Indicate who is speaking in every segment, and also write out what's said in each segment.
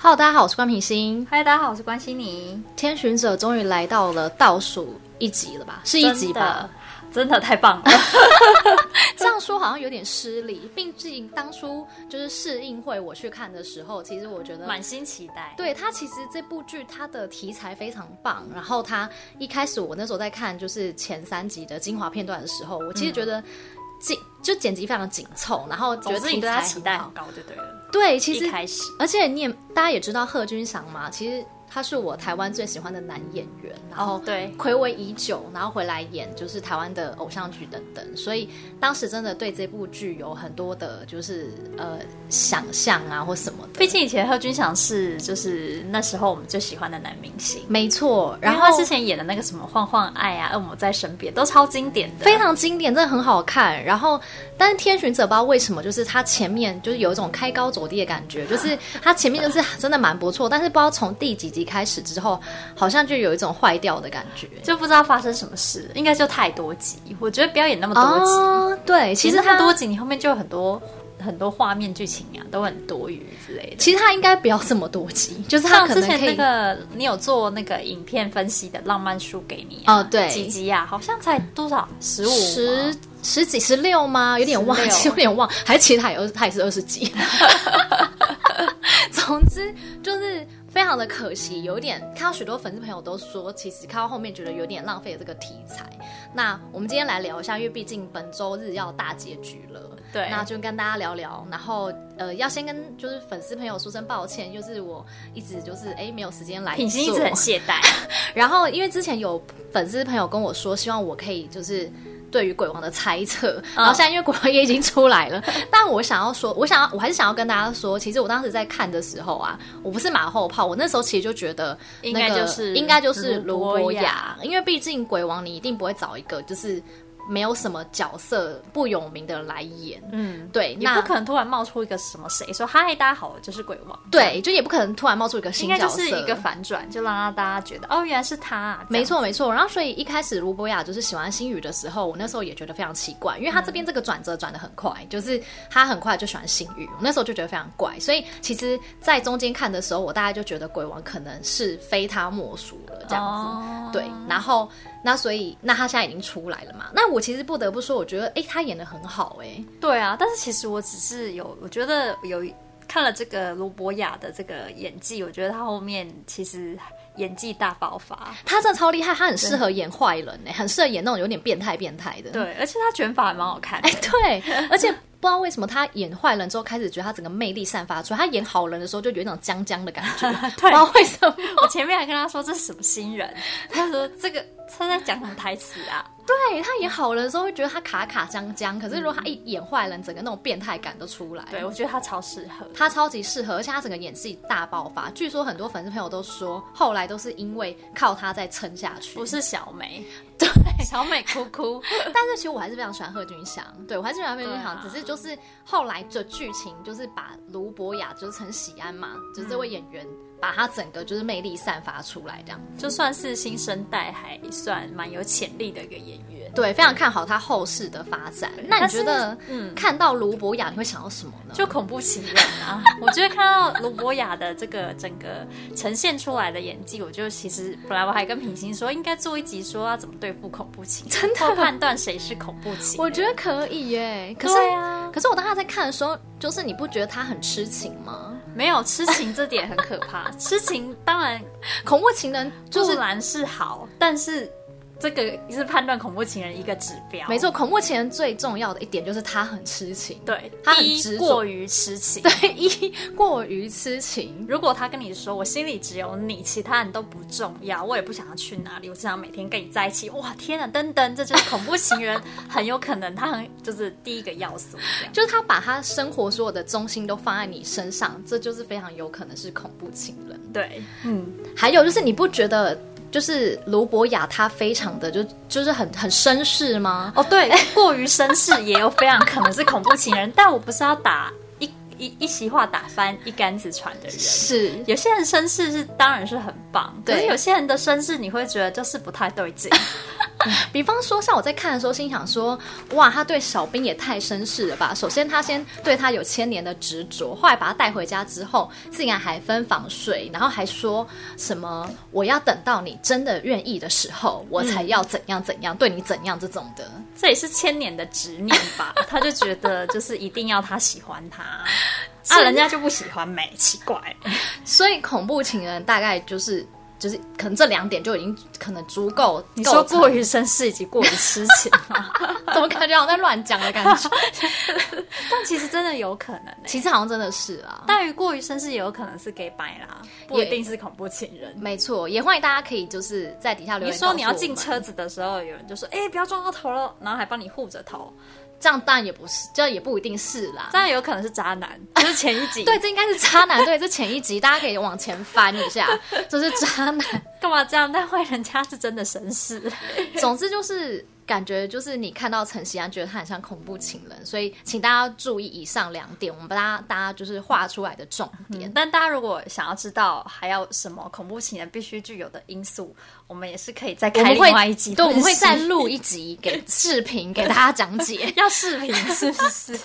Speaker 1: Hello，大家好，我是关品心。
Speaker 2: 嗨，大家好，我是关心你。
Speaker 1: 天巡者终于来到了倒数一集了吧？是一集吧？
Speaker 2: 真的太棒了！
Speaker 1: 这样说好像有点失礼，毕竟当初就是试映会我去看的时候，其实我觉得
Speaker 2: 满心期待。
Speaker 1: 对它其实这部剧它的题材非常棒，然后它一开始我那时候在看就是前三集的精华片段的时候，我其
Speaker 2: 嗯
Speaker 1: 实觉得紧、就剪辑非常紧凑，然后觉
Speaker 2: 总
Speaker 1: 得
Speaker 2: 之你
Speaker 1: 题
Speaker 2: 对
Speaker 1: 材
Speaker 2: 他期待
Speaker 1: 很好
Speaker 2: 很。高就对了。
Speaker 1: 对，其
Speaker 2: 一
Speaker 1: 实
Speaker 2: 开始
Speaker 1: 而且你也大家也知道贺军翔嘛，其实他是我台湾最喜欢的男演员，然后
Speaker 2: 哦对
Speaker 1: 暌违已久，然后回来演就是台湾的偶像剧等等，所以当时真的对这部剧有很多的，就是呃想象啊或什么的。
Speaker 2: 毕竟以前贺军翔是就是那时候我们最喜欢的男明星，
Speaker 1: 没错，然
Speaker 2: 因为他
Speaker 1: 后
Speaker 2: 之前演的那个什么《晃晃爱》啊，《嗯恶魔在身边》都超经典的，
Speaker 1: 非常经典，真的很好看。然后，但是《天巡者》不知道为什么，就是它前面就是有一种开高走低的感觉，就是它前面就是真的蛮不错，但是不知道从第几集开始之后，好像就有一种坏掉的感觉。
Speaker 2: 就不知道发生什么事，应该就太多集。我觉得不要演那么多集，
Speaker 1: 哦，对，其
Speaker 2: 其
Speaker 1: 实
Speaker 2: 实
Speaker 1: 它
Speaker 2: 太多集你后面就有很多很多画面剧情啊，都很多余之类的。
Speaker 1: 其实它应该不要这么多集，就是它
Speaker 2: 像
Speaker 1: 可
Speaker 2: 之
Speaker 1: 能
Speaker 2: 前
Speaker 1: 可以
Speaker 2: 那个，你有做那个影片分析的《浪漫书给你、
Speaker 1: 哦对
Speaker 2: 几集啊？好像才多少？十五？
Speaker 1: 十十几十六吗？有点忘，
Speaker 2: 16
Speaker 1: 其实有点忘，还是其实他也二，他也是二十 几。总之就是非常的可惜，有点看到许多粉丝朋友都说，其实看到后面觉得有点浪费了这个题材。那我们今天来聊一下，因为毕竟本周日要大结局了。
Speaker 2: 对，
Speaker 1: 那就跟大家聊聊，然后呃，要先跟就是粉丝朋友说声抱歉，就是我一直就是哎没有时间来
Speaker 2: 品心一直
Speaker 1: 做
Speaker 2: 很懈 怠，
Speaker 1: 然后，因为之前有粉丝朋友跟我说，希望我可以就是对于鬼王的猜测。然
Speaker 2: 啊
Speaker 1: 后现在因为鬼王也已经出来了， 但我想要说，我想要我还是想要跟大家说，其实我当时在看的时候啊，我不是马后炮，我那时候其实就觉得
Speaker 2: 应
Speaker 1: 那
Speaker 2: 该
Speaker 1: 个
Speaker 2: 就是
Speaker 1: 应该就是卢
Speaker 2: 卢博
Speaker 1: 博
Speaker 2: 雅
Speaker 1: 雅，因为毕竟鬼王你一定不会找一个就是没有什么角色不有名的人来演。
Speaker 2: 嗯，
Speaker 1: 对，
Speaker 2: 你不
Speaker 1: 那
Speaker 2: 可能突然冒出一个什么谁说嗨，大家好，我就是鬼王，
Speaker 1: 对，就也不可能突然冒出一个
Speaker 2: 应
Speaker 1: 新
Speaker 2: 该
Speaker 1: 角
Speaker 2: 就
Speaker 1: 色，
Speaker 2: 是一个反转，就让大家觉得哦，原来是他、啊，
Speaker 1: 没错没错，然后所以一开始卢博雅就是喜欢星宇的时候，我那时候也觉得非常奇怪，因为他这边这个转折转的很快，就是他很快就喜欢星宇，我那时候就觉得非常怪，所以其实，在中间看的时候，我大概就觉得鬼王可能是非他莫属了这
Speaker 2: 这
Speaker 1: 样子。
Speaker 2: 样子，
Speaker 1: 对，然后那所以那他现在已经出来了嘛？那我其实不得不说，我觉得诶，他演的很好诶。
Speaker 2: 对啊，但是其实我只是有，我觉得有看了这个卢博雅的这个演技，我觉得他后面其实演技大爆发，
Speaker 1: 他真的超厉害，他很适合演坏人诶，很适合演那种有点变态变态的。
Speaker 2: 对，而且他卷发还蛮好看 的
Speaker 1: 哎，对，而且不知道为什么他演坏人之后，开始觉得他整个魅力散发出来；他演好人的时候，就有一种僵僵的感 觉，不知道为什么。
Speaker 2: 我前面还跟他说这是什么新人，他说这个他在讲什么台词啊？
Speaker 1: 对他演好人的时候，会觉得他卡卡僵僵，可是如果他一演坏人，整个那种变态感都出来。
Speaker 2: 嗯对，我觉得他超适合。
Speaker 1: 他超级适合，而且他整个演技大爆发。据说很多粉丝朋友都说，后来都是因为靠他在撑下去。
Speaker 2: 不，是小梅，对，小美哭哭，
Speaker 1: 但是其实我还是非常喜欢贺军翔，对我还是喜欢贺军翔，
Speaker 2: 对啊
Speaker 1: 只是就是后来的剧情就是把卢博雅就是陈喜安嘛，就是这
Speaker 2: 嗯
Speaker 1: 位演员把他整个就是魅力散发出来这样。
Speaker 2: 就算是新生代，还算蛮有潜力的一个演员。
Speaker 1: 对，非常看好他后世的发展。那你
Speaker 2: 但是
Speaker 1: 觉得，
Speaker 2: 嗯
Speaker 1: 看到卢博雅，你会想到什么呢？
Speaker 2: 就恐怖情人啊！我觉得看到卢博雅的这个整个呈现出来的演技，我就其实本来我还跟品心说，应该做一集说要怎么对付恐怖情人，真的判断谁是恐怖情人。
Speaker 1: 我觉得可以耶。可是，
Speaker 2: 对啊
Speaker 1: 可是我当他在看的时候，就是你不觉得他很痴情吗？
Speaker 2: 没有痴情这点很可怕，痴情当然
Speaker 1: 恐怖情人就
Speaker 2: 就是
Speaker 1: 是。
Speaker 2: 然是好，但是这个是判断恐怖情人一个指标。
Speaker 1: 没，错，恐怖情人最重要的一点就是他很痴情，
Speaker 2: 对，
Speaker 1: 他很
Speaker 2: 一
Speaker 1: 执着
Speaker 2: 过于痴情。
Speaker 1: 对，一过于痴情，
Speaker 2: 如果他跟你说我心里只有你，其他人都不重要，我也不想要去哪里，我只想每天跟你在一起。哇，天哪，噔噔，这就是恐怖情人，很有可能他很就是第一个要素这样。
Speaker 1: 就是他把他生活所有的重心都放在你身上，这就是非常有可能是恐怖情人。
Speaker 2: 对，嗯，
Speaker 1: 还有就是，你不觉得就是卢博雅她非常的就就是很很绅士吗？
Speaker 2: 哦对，过于绅士也有非常可能是恐怖情人，但我不是要打一一一席话打翻一竿子船的人。
Speaker 1: 是，
Speaker 2: 有些人绅士是当然是很棒，可
Speaker 1: 对
Speaker 2: 是有些人的绅士你会觉得就是不太对劲，
Speaker 1: 比方说，像我在看的时候，心想说，哇，他对小兵也太绅士了吧！首先，他先对他有千年的执着，后来把他带回家之后，竟然还分房睡，然后还说什么我要等到你真的愿意的时候，我才要怎样怎样，对你怎样这种的。
Speaker 2: 这也是千年的执念 吧？他就觉得就是一定要他喜欢他，啊，人家就不喜欢美，奇怪。
Speaker 1: 所以，恐怖情人大概就是。就是可能这两点就已经可能足够，
Speaker 2: 你说
Speaker 1: 够成
Speaker 2: 过于绅士以及过于痴情吗？
Speaker 1: 怎么感觉好像在乱讲的感觉？
Speaker 2: 但其实真的有可能、欸，
Speaker 1: 其实好像真的是啊，
Speaker 2: 大于过于绅士也有可能是 gay 白啦，不
Speaker 1: 也
Speaker 2: 一定是恐怖情人。
Speaker 1: 没错，也欢迎大家可以就是在底下留
Speaker 2: 你
Speaker 1: 言。
Speaker 2: 说你要进，车子的时候，有人就说：“哎、不要撞到头了。”然后还帮你护着头，
Speaker 1: 这样当然也不是，这也不一定是啦。
Speaker 2: 当然有可能是渣男，就是前一 集。
Speaker 1: 对，，这应该是渣男。对，这前一集大家可以往前翻一 下，这是渣男。
Speaker 2: 干嘛这样？但坏人家是真的绅士，
Speaker 1: 总之就是感觉就是你看到陈希安，觉得他很像恐怖情人，所以请大家注意以上两点，我们把大家大家就是画出来的重点。
Speaker 2: 但大家如果想要知道还有什么恐怖情人必须具有的因素，我们也是可以再
Speaker 1: 我
Speaker 2: 开
Speaker 1: 们
Speaker 2: 另外一集
Speaker 1: 会对，我们
Speaker 2: 分
Speaker 1: 会
Speaker 2: 析
Speaker 1: 再录一集给视频给大家讲 解。
Speaker 2: 要视频是不是？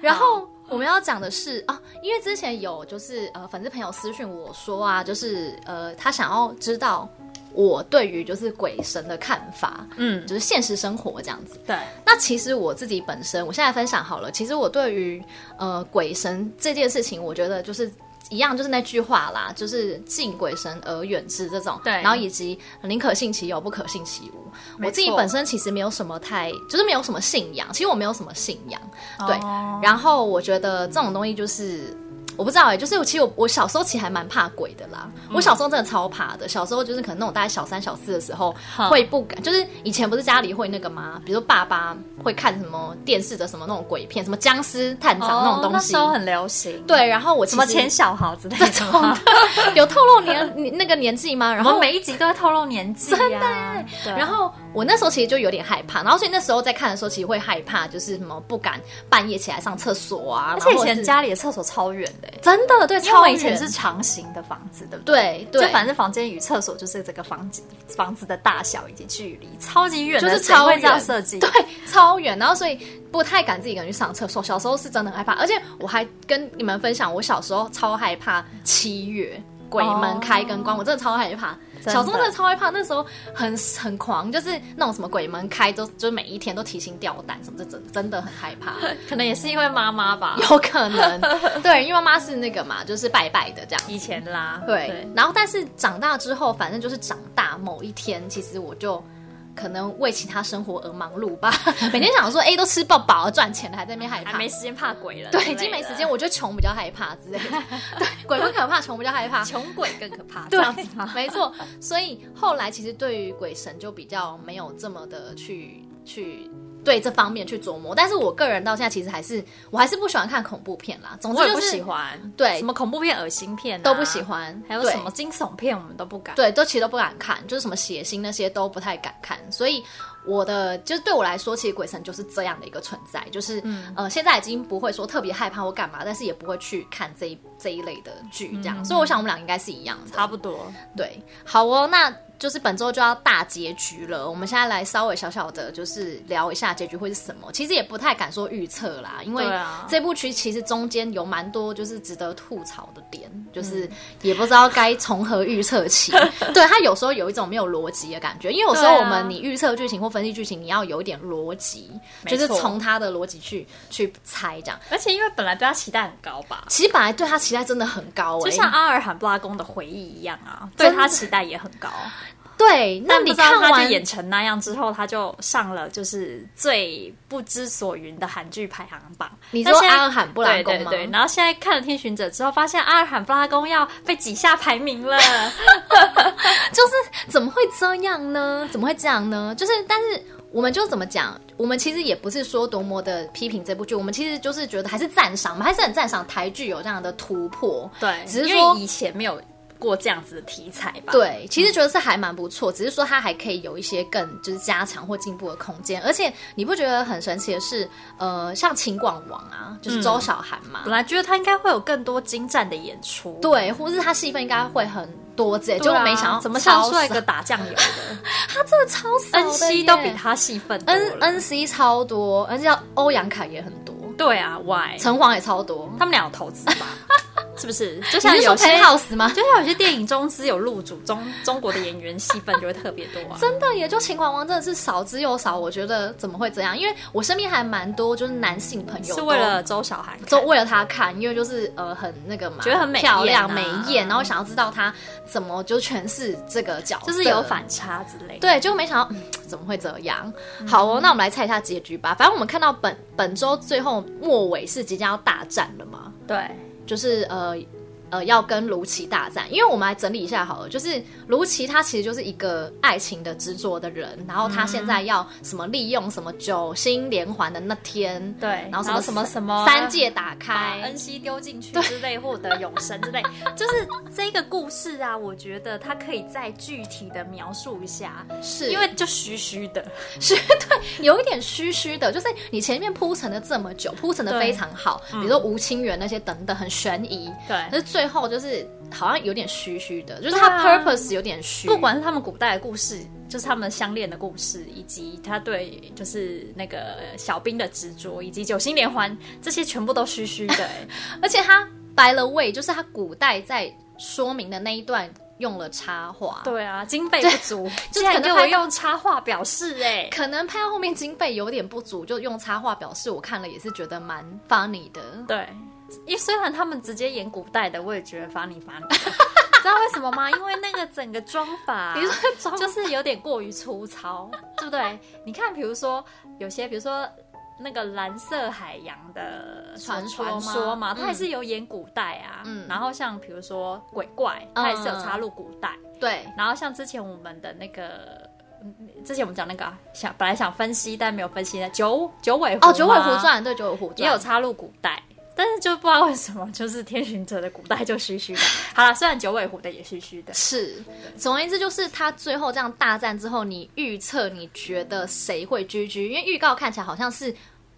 Speaker 1: 然后我们要讲的是啊，因为之前有就是呃粉丝朋友私讯我说啊，就是呃他想要知道我对于就是鬼神的看法，
Speaker 2: 嗯，
Speaker 1: 就是现实生活这样子。
Speaker 2: 对，
Speaker 1: 那其实我自己本身，我现在分享好了，其实我对于呃鬼神这件事情，我觉得就是。一样就是那句话啦，就是敬鬼神而远之这种，
Speaker 2: 对
Speaker 1: 然后以及宁可信其有，不可信其无。
Speaker 2: 没
Speaker 1: 我自己
Speaker 2: 错
Speaker 1: 本身其实没有什么太，就是没有什么信仰，其实我没有什么信仰，
Speaker 2: 哦
Speaker 1: 对，然后我觉得这种东西就是。我不知道哎、就是我其实我我小时候其实还蛮怕鬼的啦。
Speaker 2: 嗯
Speaker 1: 我小时候真的超怕的，小时候就是可能那种大概小三小四的时候
Speaker 2: 哼
Speaker 1: 会不敢，就是以前不是家里会那个吗？比如说爸爸会看什么电视的什么那种鬼片，什么僵尸探长那种
Speaker 2: 哦那
Speaker 1: 东西。
Speaker 2: 时候很流行。，
Speaker 1: 对，然后我
Speaker 2: 什
Speaker 1: 什
Speaker 2: 么钱小豪之类的吗。
Speaker 1: 有透露年你那个年纪吗？然
Speaker 2: 我
Speaker 1: 后
Speaker 2: 们每一集都会透露年纪、啊，真的。
Speaker 1: 然后我那时候其实就有点害怕，然后所以那时候在看的时候其实会害怕，就是什么不敢半夜起来上厕所啊。
Speaker 2: 而
Speaker 1: 然
Speaker 2: 且
Speaker 1: 后
Speaker 2: 以
Speaker 1: 或者
Speaker 2: 前
Speaker 1: 是
Speaker 2: 家里的厕所超远的、欸，
Speaker 1: 真的对，
Speaker 2: 因为
Speaker 1: 超
Speaker 2: 我以前
Speaker 1: 远
Speaker 2: 是长形的房子，对不对？
Speaker 1: 对对，
Speaker 2: 就反正房间与厕所就是这个房子房子的大小以及距离，超级远
Speaker 1: 就
Speaker 2: 的，
Speaker 1: 是超
Speaker 2: 谁会
Speaker 1: 远
Speaker 2: 这样设计。
Speaker 1: 对，超远，然后所以不太敢自己一个人去上厕所。小时候是真的很害怕，而且我还跟你们分享，我小时候超害怕七月鬼门开跟关，我真的超害怕。
Speaker 2: 哦真的
Speaker 1: 小时候真的超害怕，那时候很很狂，就是那种什么鬼门开都，就是每一天都提心吊胆什么，这真真的很害 怕，
Speaker 2: 可能也是因为妈妈吧，
Speaker 1: 有可能对，因为妈妈是那个嘛，就是拜拜的这样子
Speaker 2: 以前啦，
Speaker 1: 对，然后但是长大之后，反正就是长大某一天，其实我就可能为其他生活而忙碌吧。 每天想说，哎、都吃饱饱了，赚钱了，还在那边害
Speaker 2: 还
Speaker 1: 怕
Speaker 2: 没。时间怕鬼了，
Speaker 1: 对，已经没时间。。我觉得穷比较害怕之类 的。对，鬼不可怕，穷比较害怕。
Speaker 2: 穷鬼更可怕，这
Speaker 1: 对
Speaker 2: 样子吗？，
Speaker 1: 没错。所以后来其实对于鬼神就比较没有这么的去去对这方面去琢磨。但是我个人到现在其实还是我还是不喜欢看恐怖片啦。总之
Speaker 2: 我也
Speaker 1: 就
Speaker 2: 不
Speaker 1: 是
Speaker 2: 喜欢，
Speaker 1: 对
Speaker 2: 什么恐怖片、恶心片、啊、
Speaker 1: 都不喜，欢，
Speaker 2: 还有
Speaker 1: 对
Speaker 2: 什么惊悚片我们都不敢。
Speaker 1: 对，都其实都不敢看，就是什么血腥那些都不太敢看，所以我的就是对我来说，其实鬼神就是这样的一个存在，就是、
Speaker 2: 嗯
Speaker 1: 呃，现在已经不会说特别害怕或干嘛，但是也不会去看这一这一类的剧这样，所以我想我们俩应该是一样的，
Speaker 2: 嗯差不多，
Speaker 1: 对，好哦，那就是本周就要大结局了，我们现在来稍微小小的就是聊一下结局会是什么，其实也不太敢说预测啦，因为
Speaker 2: 对啊
Speaker 1: 这部剧其实中间有蛮多就是值得吐槽的点，
Speaker 2: 嗯
Speaker 1: 就是也不知道该从何预测 起，对它有时候有一种没有逻辑的感觉，因为有时候
Speaker 2: 对啊
Speaker 1: 我们你预测剧情或分析剧情，你要有一点逻辑，就
Speaker 2: 没
Speaker 1: 是
Speaker 2: 错
Speaker 1: 从它的逻辑去去猜这样。
Speaker 2: 而且因为本来对他期待很高吧，
Speaker 1: 其实本来对它期待真的很高、欸，
Speaker 2: 就像阿尔罕布拉宫的回忆一样啊，
Speaker 1: 真
Speaker 2: 对
Speaker 1: 的
Speaker 2: 他期待也很高。
Speaker 1: 对，那
Speaker 2: 但
Speaker 1: 你
Speaker 2: 不知道
Speaker 1: 看
Speaker 2: 他
Speaker 1: 完
Speaker 2: 就演成那样之后，他就上了就是最不知所云的韩剧排行榜。
Speaker 1: 你
Speaker 2: 但
Speaker 1: 说
Speaker 2: 现在
Speaker 1: 阿尔罕布拉宫
Speaker 2: 对
Speaker 1: 吗
Speaker 2: 对对，然后现在看了《天巡者》之后，发现阿尔罕布拉宫要被挤下排 名了。
Speaker 1: 就是怎么会这样呢？怎么会这样呢？就是，但是我们就怎么讲？我们其实也不是说多么的批评这部剧，我们其实就是觉得还是赞赏，我们还是很赞赏台剧有这样的突破。
Speaker 2: 对，
Speaker 1: 只是
Speaker 2: 因
Speaker 1: 说
Speaker 2: 为以前没有过这样子的题材吧？，
Speaker 1: 对，其实觉得是还蛮不错，只是说它还可以有一些更就是加强或进步的空间。而且你不觉得很神奇的是，呃，像秦广王啊，
Speaker 2: 嗯
Speaker 1: 就是周小涵嘛，
Speaker 2: 本来觉得他应该会有更多精湛的演出。
Speaker 1: 对，或是他戏份应该会很多字，就
Speaker 2: 对
Speaker 1: 我
Speaker 2: 啊
Speaker 1: 没想到
Speaker 2: 怎么像
Speaker 1: 超
Speaker 2: 帅
Speaker 1: 少
Speaker 2: 哥打酱 油的
Speaker 1: 他真的超少
Speaker 2: ，N
Speaker 1: 的
Speaker 2: C
Speaker 1: 耶
Speaker 2: 都比他戏份多
Speaker 1: N
Speaker 2: 了
Speaker 1: 嗯 N C 超多，N C 欧阳凯也很多，
Speaker 2: 对啊，Why？
Speaker 1: 城隍也超多。
Speaker 2: 他们俩有投资吧？ 是不是？就
Speaker 1: 就
Speaker 2: 像有些
Speaker 1: Penthouse 吗？
Speaker 2: 就像有些电影中资有入主中中国的演员戏份就会特别多啊。
Speaker 1: 真的也就秦广王真的是少之又少，我觉得怎么会这样？因为我身边还蛮多就是男性朋友
Speaker 2: 是
Speaker 1: 都
Speaker 2: 为了周小涵看，
Speaker 1: 就为了他看，因为就是呃很那个嘛，
Speaker 2: 觉得很美艳啊
Speaker 1: 漂亮美艳，然后想要知道他怎么就诠释这个角色，
Speaker 2: 就是有反差之类的。
Speaker 1: 对，就没想到、嗯、怎么会这样。
Speaker 2: 嗯
Speaker 1: 好哦，那我们来猜一下结局吧。反正我们看到本本周最后末尾是即将要大战了嘛，
Speaker 2: 对，
Speaker 1: 就是呃呃要跟卢奇大战，因为我们来整理一下好了，就是卢奇他其实就是一个爱情的执着的人，然后他现在要什么利用什么九星连环的那天，
Speaker 2: 嗯对
Speaker 1: 然后什
Speaker 2: 然
Speaker 1: 么
Speaker 2: 后什么什么
Speaker 1: 三界打
Speaker 2: 把
Speaker 1: 开，
Speaker 2: 恩熙丢进去之类，获得永生之类，就是这个故事啊，我觉得它可以再具体的描述一下，
Speaker 1: 是
Speaker 2: 因为就虚虚的，
Speaker 1: 是对，有一点虚虚的，就是你前面铺陈了这么久，铺陈的
Speaker 2: 对
Speaker 1: 非常好，
Speaker 2: 嗯
Speaker 1: 比如说吴清源那些等等，很悬疑，
Speaker 2: 对
Speaker 1: 可是最后就是好像有点虚虚的，就是
Speaker 2: 对
Speaker 1: 他
Speaker 2: 啊
Speaker 1: purpose 有点虚，
Speaker 2: 不管是他们古代的故事，就是他们相恋的故事，以及他对就是那个小兵的执着，以及九星连环，这些全部都虚虚的、欸。
Speaker 1: 而且他 by the way，就是他古代在说明的那一段用了插画，，
Speaker 2: 对啊，经费不 足，
Speaker 1: 就
Speaker 2: 竟
Speaker 1: 是可能
Speaker 2: 然给我
Speaker 1: 拍到
Speaker 2: 用插画表示哎、
Speaker 1: 可能拍到后面经费有点不足，就用插画表示，我看了也是觉得蛮 funny 的。
Speaker 2: 对，因为虽然他们直接演古代的，我也觉得烦你 烦你。知道为什么吗？因为那个整个妆 法，
Speaker 1: 比如说装
Speaker 2: 就是有点过于粗糙，对不对？你看，比如说有些，比如说那个蓝色海洋的
Speaker 1: 传说吗
Speaker 2: 传说嘛，
Speaker 1: 嗯
Speaker 2: 它也是有演古代啊。
Speaker 1: 嗯
Speaker 2: 然后像比如说鬼怪，它也是有插入古代。
Speaker 1: 对，
Speaker 2: 然后像之前我们的那个。嗯之前我们讲那个啊想本来想分析，但没有分析的九九尾狐
Speaker 1: 哦，《九尾狐
Speaker 2: 嘛
Speaker 1: 传》对，《九尾狐传》
Speaker 2: 也有插入古代，但是就不知道为什么，就是天巡者的古代就 虚虚的。好了，虽然九尾狐的也虚虚的，
Speaker 1: 是，总而言之，就是他最后这样大战之后，你预测你觉得谁会居居？因为预告看起来好像是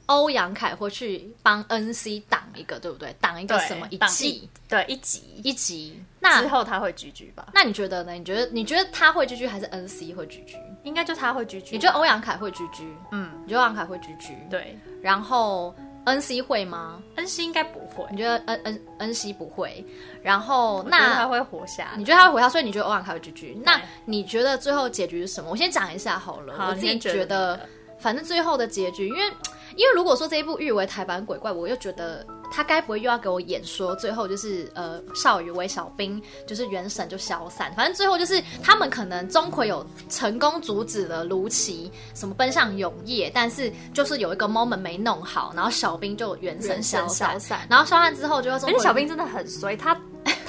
Speaker 1: 欧阳凯会去帮 NC 挡一个，对不对？挡一个什么一
Speaker 2: 档
Speaker 1: 季
Speaker 2: 对一集
Speaker 1: 一集？
Speaker 2: 之
Speaker 1: 那
Speaker 2: 后他会居居吧？
Speaker 1: 那你觉得呢？你觉得你觉得他会居居还是 NC 会居居？
Speaker 2: 应该就他会居居。
Speaker 1: 你觉得欧阳凯会居居？
Speaker 2: 嗯，
Speaker 1: 你觉得欧阳凯会居居？
Speaker 2: 对，
Speaker 1: 然后 NC 会吗？
Speaker 2: 恩熙应该不会，
Speaker 1: 你觉得 N N NC 不会？然后
Speaker 2: 我觉得
Speaker 1: 那
Speaker 2: 他会活下来
Speaker 1: 你。觉得他会回答，所以你觉得欧阳凯会 GG。那你觉得最后结局是什么？我先讲一下好了。
Speaker 2: 好
Speaker 1: 我自己
Speaker 2: 你先
Speaker 1: 觉
Speaker 2: 觉得
Speaker 1: 得，反正最后的结局，因为因为如果说这一部誉为台版鬼怪，我又觉得他该不会又要给我演说最后就是呃少羽为小兵，就是元神就消散。反正最后就是他们可能钟馗有成功阻止了卢奇什么奔向永夜，但是就是有一个 moment 没弄好，然后小兵就元神
Speaker 2: 元
Speaker 1: 消
Speaker 2: 神
Speaker 1: 散，哎
Speaker 2: 消散
Speaker 1: 然后消散之后就要说
Speaker 2: 而且小兵真的很衰，他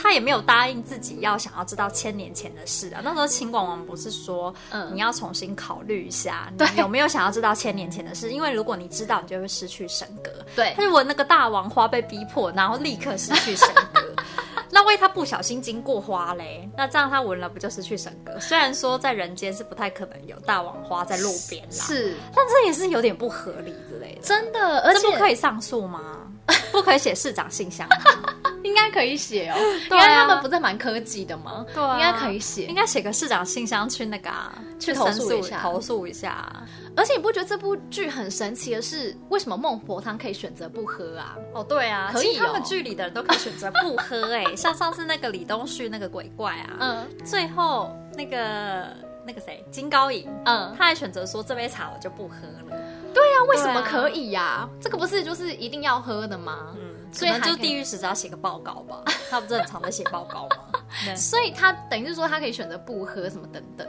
Speaker 2: 他也没有答应自己要想要知道千年前的事啊。那时候秦广王不是说，
Speaker 1: 嗯
Speaker 2: 你要重新考虑一下，你有没有想要知道千年前的事？因为如果你知道，你就会失去神格。
Speaker 1: 对
Speaker 2: 他就闻那个大王花被逼迫，然后立刻失去神格。 那万一他不小心经过花嘞，那这样他闻了不就失去神格？虽然说在人间是不太可能有大王花在路边啦，，
Speaker 1: 是
Speaker 2: 但这也是有点不合理之类的。
Speaker 1: 真的，而且
Speaker 2: 这不可以上诉吗？不可以写市长信箱吗？
Speaker 1: 应该可以 写哦，因
Speaker 2: 对
Speaker 1: 为
Speaker 2: 啊
Speaker 1: 他们不是蛮科技的吗？
Speaker 2: 对啊
Speaker 1: 应该可以
Speaker 2: 应
Speaker 1: 写。
Speaker 2: 该写个市长信箱去那个、啊、
Speaker 1: 去
Speaker 2: 申
Speaker 1: 投诉一下
Speaker 2: 投诉一下。
Speaker 1: 而且你不觉得这部剧很神奇的是，为什么孟婆汤可以选择不喝啊？
Speaker 2: 哦，对啊，
Speaker 1: 可以哦
Speaker 2: 其实他们剧里的人都可以选择不 喝、哎，像上次那个李东旭那个鬼怪啊，
Speaker 1: 嗯
Speaker 2: 最后那个那个谁金高银，
Speaker 1: 嗯，
Speaker 2: 他还选择说这杯茶我就不喝了，
Speaker 1: 那为什么可以呀、这个不是就是一定要喝的吗？
Speaker 2: 嗯，
Speaker 1: 所以还
Speaker 2: 就
Speaker 1: 可以
Speaker 2: 地狱使者要写个报告 吧，他不是很常在写报告吗？对
Speaker 1: 所以他等于是说他可以选择不喝什么等等，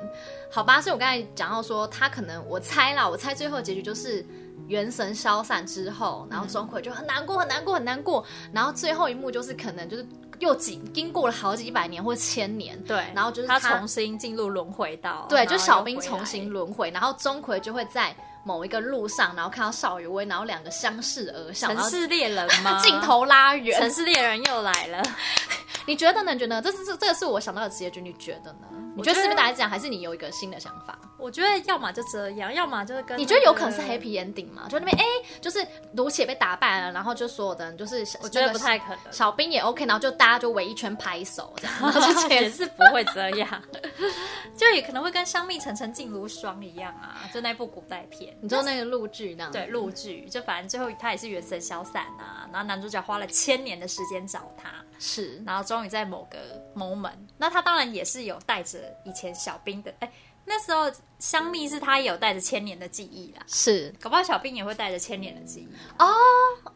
Speaker 1: 好吧？所以我刚才讲到说他可能我猜啦，我猜最后的结局就是元神消散之后，然后钟馗就很难过很难过很难过，然后最后一幕就是可能就是又经经过了好几百年或千年，
Speaker 2: 对，
Speaker 1: 然后就是
Speaker 2: 他
Speaker 1: 他
Speaker 2: 重新进入轮回道，
Speaker 1: 对，
Speaker 2: 哦然后
Speaker 1: 就
Speaker 2: 又
Speaker 1: 小兵
Speaker 2: 回来
Speaker 1: 重新轮回，然后钟馗就会在某一个路上，然后看到邵雨薇，然后两个相视而笑，然
Speaker 2: 城
Speaker 1: 后
Speaker 2: 市猎人吗？
Speaker 1: 镜头拉
Speaker 2: 城
Speaker 1: 远。
Speaker 2: 市猎人又来了，
Speaker 1: 你觉得呢？你觉得这是这这个是我想到的职业剧，你觉得呢？你觉
Speaker 2: 我觉
Speaker 1: 得
Speaker 2: 得
Speaker 1: 是不是大家讲，还是你有一个新的想法？
Speaker 2: 我觉得要么就这样，要么就是跟
Speaker 1: 你觉得有可能是
Speaker 2: 那个
Speaker 1: happy ending 吗？就那边哎、就是卢雪被打败了，然后就所有的人就是
Speaker 2: 我觉得不太可 能。
Speaker 1: 小兵也 OK，然后就大家就围一圈拍手这样，然后就结
Speaker 2: 也
Speaker 1: 束。
Speaker 2: 是不会这样， 就也可能会跟《香蜜沉沉烬如霜》一样啊，就那部古代片。
Speaker 1: 你知道那个陆剧那样？
Speaker 2: 对，陆剧就反正最后他也是元神消散啊，然后男主角花了千年的时间找他，
Speaker 1: 是
Speaker 2: 然后终于在某个 moment，那他当然也是有带着以前小兵的，哎，那时候香蜜是他也有带着千年的记忆啦，
Speaker 1: 是
Speaker 2: 搞不好小兵也会带着千年的记忆
Speaker 1: 哦，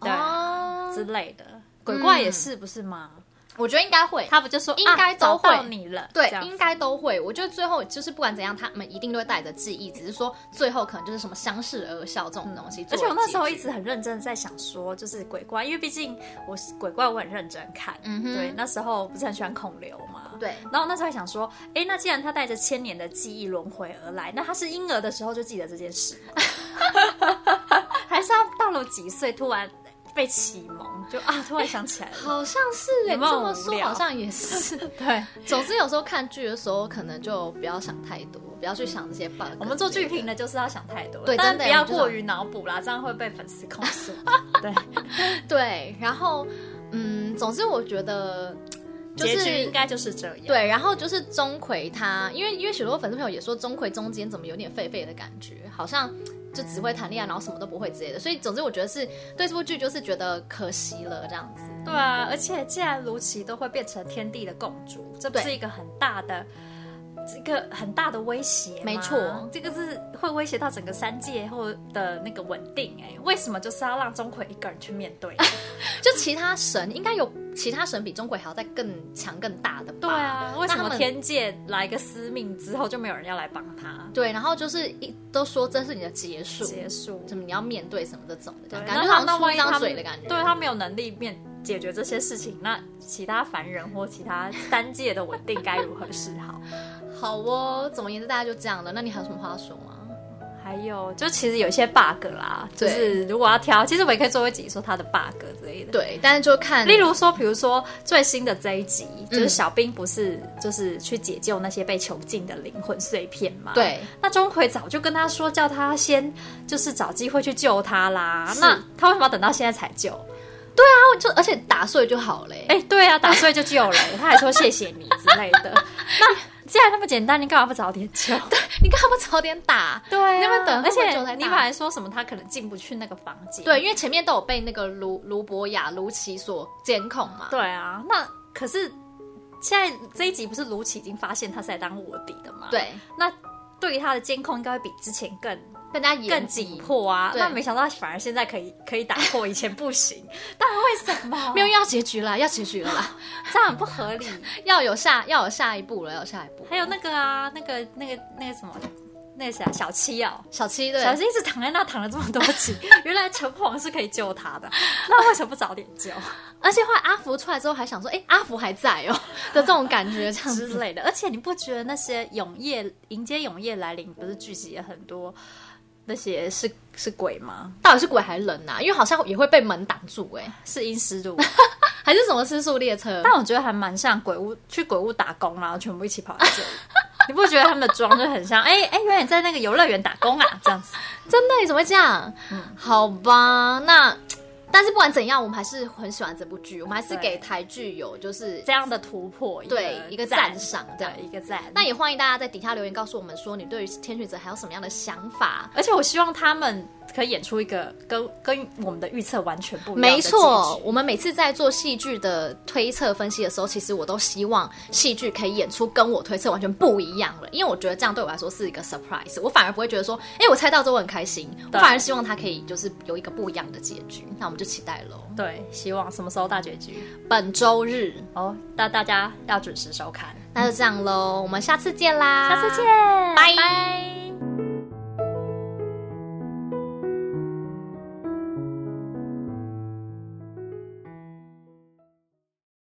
Speaker 2: 对
Speaker 1: 哦
Speaker 2: 之类的，鬼怪也是不是吗？
Speaker 1: 我觉得应该会，
Speaker 2: 他不就说
Speaker 1: 应该
Speaker 2: 啊找
Speaker 1: 都会
Speaker 2: 到你了，
Speaker 1: 对
Speaker 2: 这样，子
Speaker 1: 应该都会。我觉得最后就是不管怎样，他们一定都会带着记忆，只是说最后可能就是什么相视而笑这种东西。
Speaker 2: 嗯而且我那时候一
Speaker 1: 直。
Speaker 2: 直很认真地在想说，就是鬼怪，因为毕竟我是鬼怪，我很认真看。
Speaker 1: 嗯哼
Speaker 2: 对，那时候不是很喜欢孔刘嘛。。
Speaker 1: 对，
Speaker 2: 然后我那时候还想说，哎，那既然他带着千年的记忆轮回而来，那他是婴儿的时候就记得这件 事吗，还是他到了几岁突然被启蒙，就啊突然想起来 了？
Speaker 1: 好像是哎、
Speaker 2: 有没有
Speaker 1: 这么
Speaker 2: 无
Speaker 1: 说
Speaker 2: 聊
Speaker 1: 好像也是。
Speaker 2: 对，
Speaker 1: 总之，有时候看剧的时候，可能就不要想太多，不要去想这些 bug 之类的。
Speaker 2: 我们做剧评的就是要想太多，
Speaker 1: 对
Speaker 2: 但
Speaker 1: 真的
Speaker 2: 不要
Speaker 1: 我们就是
Speaker 2: 过于脑补啦，这样会被粉丝控 诉。对，
Speaker 1: 对，然后嗯，总之我觉得就
Speaker 2: 结局
Speaker 1: 是
Speaker 2: 应该就是这样。
Speaker 1: 对，然后就是钟馗他，因为因为许多粉丝朋友也说钟馗中间怎么有点废废的感觉，好像就只会谈恋爱，然后什么都不会之类的。所以总之我觉得是对这部剧就是觉得可惜了这样子。
Speaker 2: 对啊，而且既然卢奇都会变成天地的共主，这不
Speaker 1: 对
Speaker 2: 是一个很大的。这个很大的威胁吗，
Speaker 1: 没错
Speaker 2: 这个是会威胁到整个三界后的那个稳定、哎，为什么就是要让钟馗一个人去面 对？
Speaker 1: 就其他神应该有其他神比钟馗还要再更强更大的吧？
Speaker 2: 对啊，为
Speaker 1: 那
Speaker 2: 什
Speaker 1: 他
Speaker 2: 么
Speaker 1: 们
Speaker 2: 天界来个司命之后就没有人要来帮他？
Speaker 1: 对，然后就是一都说这是你的结束，
Speaker 2: 结束，
Speaker 1: 什么你要面对什么这种的，这样
Speaker 2: 对那
Speaker 1: 感觉
Speaker 2: 他
Speaker 1: 好
Speaker 2: 那
Speaker 1: 像出
Speaker 2: 万
Speaker 1: 一
Speaker 2: 一他
Speaker 1: 张
Speaker 2: 们
Speaker 1: 嘴的感觉。
Speaker 2: 对他没有能力面解决这些事情，那其他凡人或其他三界的稳定该如何是好？
Speaker 1: 好哦，总而言之大家就这样了。那你还有什么话要说吗？
Speaker 2: 还有，就其实有一些 bug 啦，就
Speaker 1: 对
Speaker 2: 是如果要挑，其实我也可以做一集说它的 bug 之类的。，
Speaker 1: 对，但是就看
Speaker 2: 例如说，比如说最新的这一集，就是
Speaker 1: 嗯
Speaker 2: 小兵不是就是去解救那些被囚禁的灵魂碎片嘛？。
Speaker 1: 对
Speaker 2: 那钟馗早就跟他说，叫他先就是找机会去救他啦。
Speaker 1: 是
Speaker 2: 那他为什么要等到现在才救？
Speaker 1: 啊，就而且打碎就好欸嘞、
Speaker 2: 哎、对啊，打碎就救了，他还说谢谢你之类 的。那既然那么简单，你干嘛不早点救？
Speaker 1: 你干嘛不早点打？
Speaker 2: 对、啊，
Speaker 1: 啊你有没有等
Speaker 2: 而
Speaker 1: 那么
Speaker 2: 且
Speaker 1: 久才
Speaker 2: 你
Speaker 1: 打
Speaker 2: 本来说什么，他可能进不去那个房间。
Speaker 1: 对，因为前面都有被那个卢卢博雅、卢奇所监控嘛。
Speaker 2: 对啊，那可是现在这一集不是卢奇已经发现他是来当卧底的吗？，
Speaker 1: 对，
Speaker 2: 那对于他的监控应该会比之前更
Speaker 1: 更加严
Speaker 2: 更
Speaker 1: 谨
Speaker 2: 紧迫啊。
Speaker 1: 对
Speaker 2: 那没想到反而现在可以可以打破，以前不 行。但为什 么？
Speaker 1: 没有要结局啦，要结局了 啦，
Speaker 2: 这样很不合理。
Speaker 1: 要有下要有下一步了，要有下一步。
Speaker 2: 还有那个啊，那个那个那个什么，那个啥小七哦。
Speaker 1: 小七对，
Speaker 2: 小七一直躺在那躺了这么多 集，原来城隍是可以救他的，那为什么不早点救
Speaker 1: 而且后来阿福出来之后还想说，哎、阿福还在哦、的这种感 觉，这样
Speaker 2: 之
Speaker 1: 子。
Speaker 2: 类的？而且你不觉得那些永夜迎接永夜来临，不是聚集了很多那些是是鬼吗？
Speaker 1: 到底是鬼还是人呐、啊？因为好像也会被门挡住、哎，
Speaker 2: 是阴湿 路，
Speaker 1: 还是什么失速列车？
Speaker 2: 但我觉得还蛮像鬼屋去鬼屋打工，然后全部一起跑来这 里。你不觉得他们的妆就很像？哎、哎，原来你在那个游乐园打工啊，这样子。
Speaker 1: 真的？你怎么会这样？
Speaker 2: 嗯
Speaker 1: 好吧，那但是不管怎样，我们还是很喜欢这部剧，我们还是
Speaker 2: 对
Speaker 1: 给台剧有就是
Speaker 2: 这样的突破，
Speaker 1: 对一个赞赏这
Speaker 2: 对
Speaker 1: 样。
Speaker 2: 一个赞。
Speaker 1: 那也欢迎大家在底下留言告诉我们说，你对于天选者还有什么样的想法？
Speaker 2: 而且我希望他们可以演出一个跟跟我们的预测完全不一样的
Speaker 1: 没错
Speaker 2: 结，局
Speaker 1: 我们每次在做戏剧的推测分析的时候，其实我都希望戏剧可以演出跟我推测完全不一样了，因为我觉得这样对我来说是一个 surprise，我反而不会觉得说，哎、我猜到之后我很开心，我
Speaker 2: 对
Speaker 1: 反而希望它可以就是有一个不一样的结局，那我们就期待喽。
Speaker 2: 对，希望什么时候大结局
Speaker 1: 本周日，
Speaker 2: 哦，那大家要准时收看，
Speaker 1: 那就这样喽，我们下次见啦，
Speaker 2: 下次，见，
Speaker 1: 拜
Speaker 2: 拜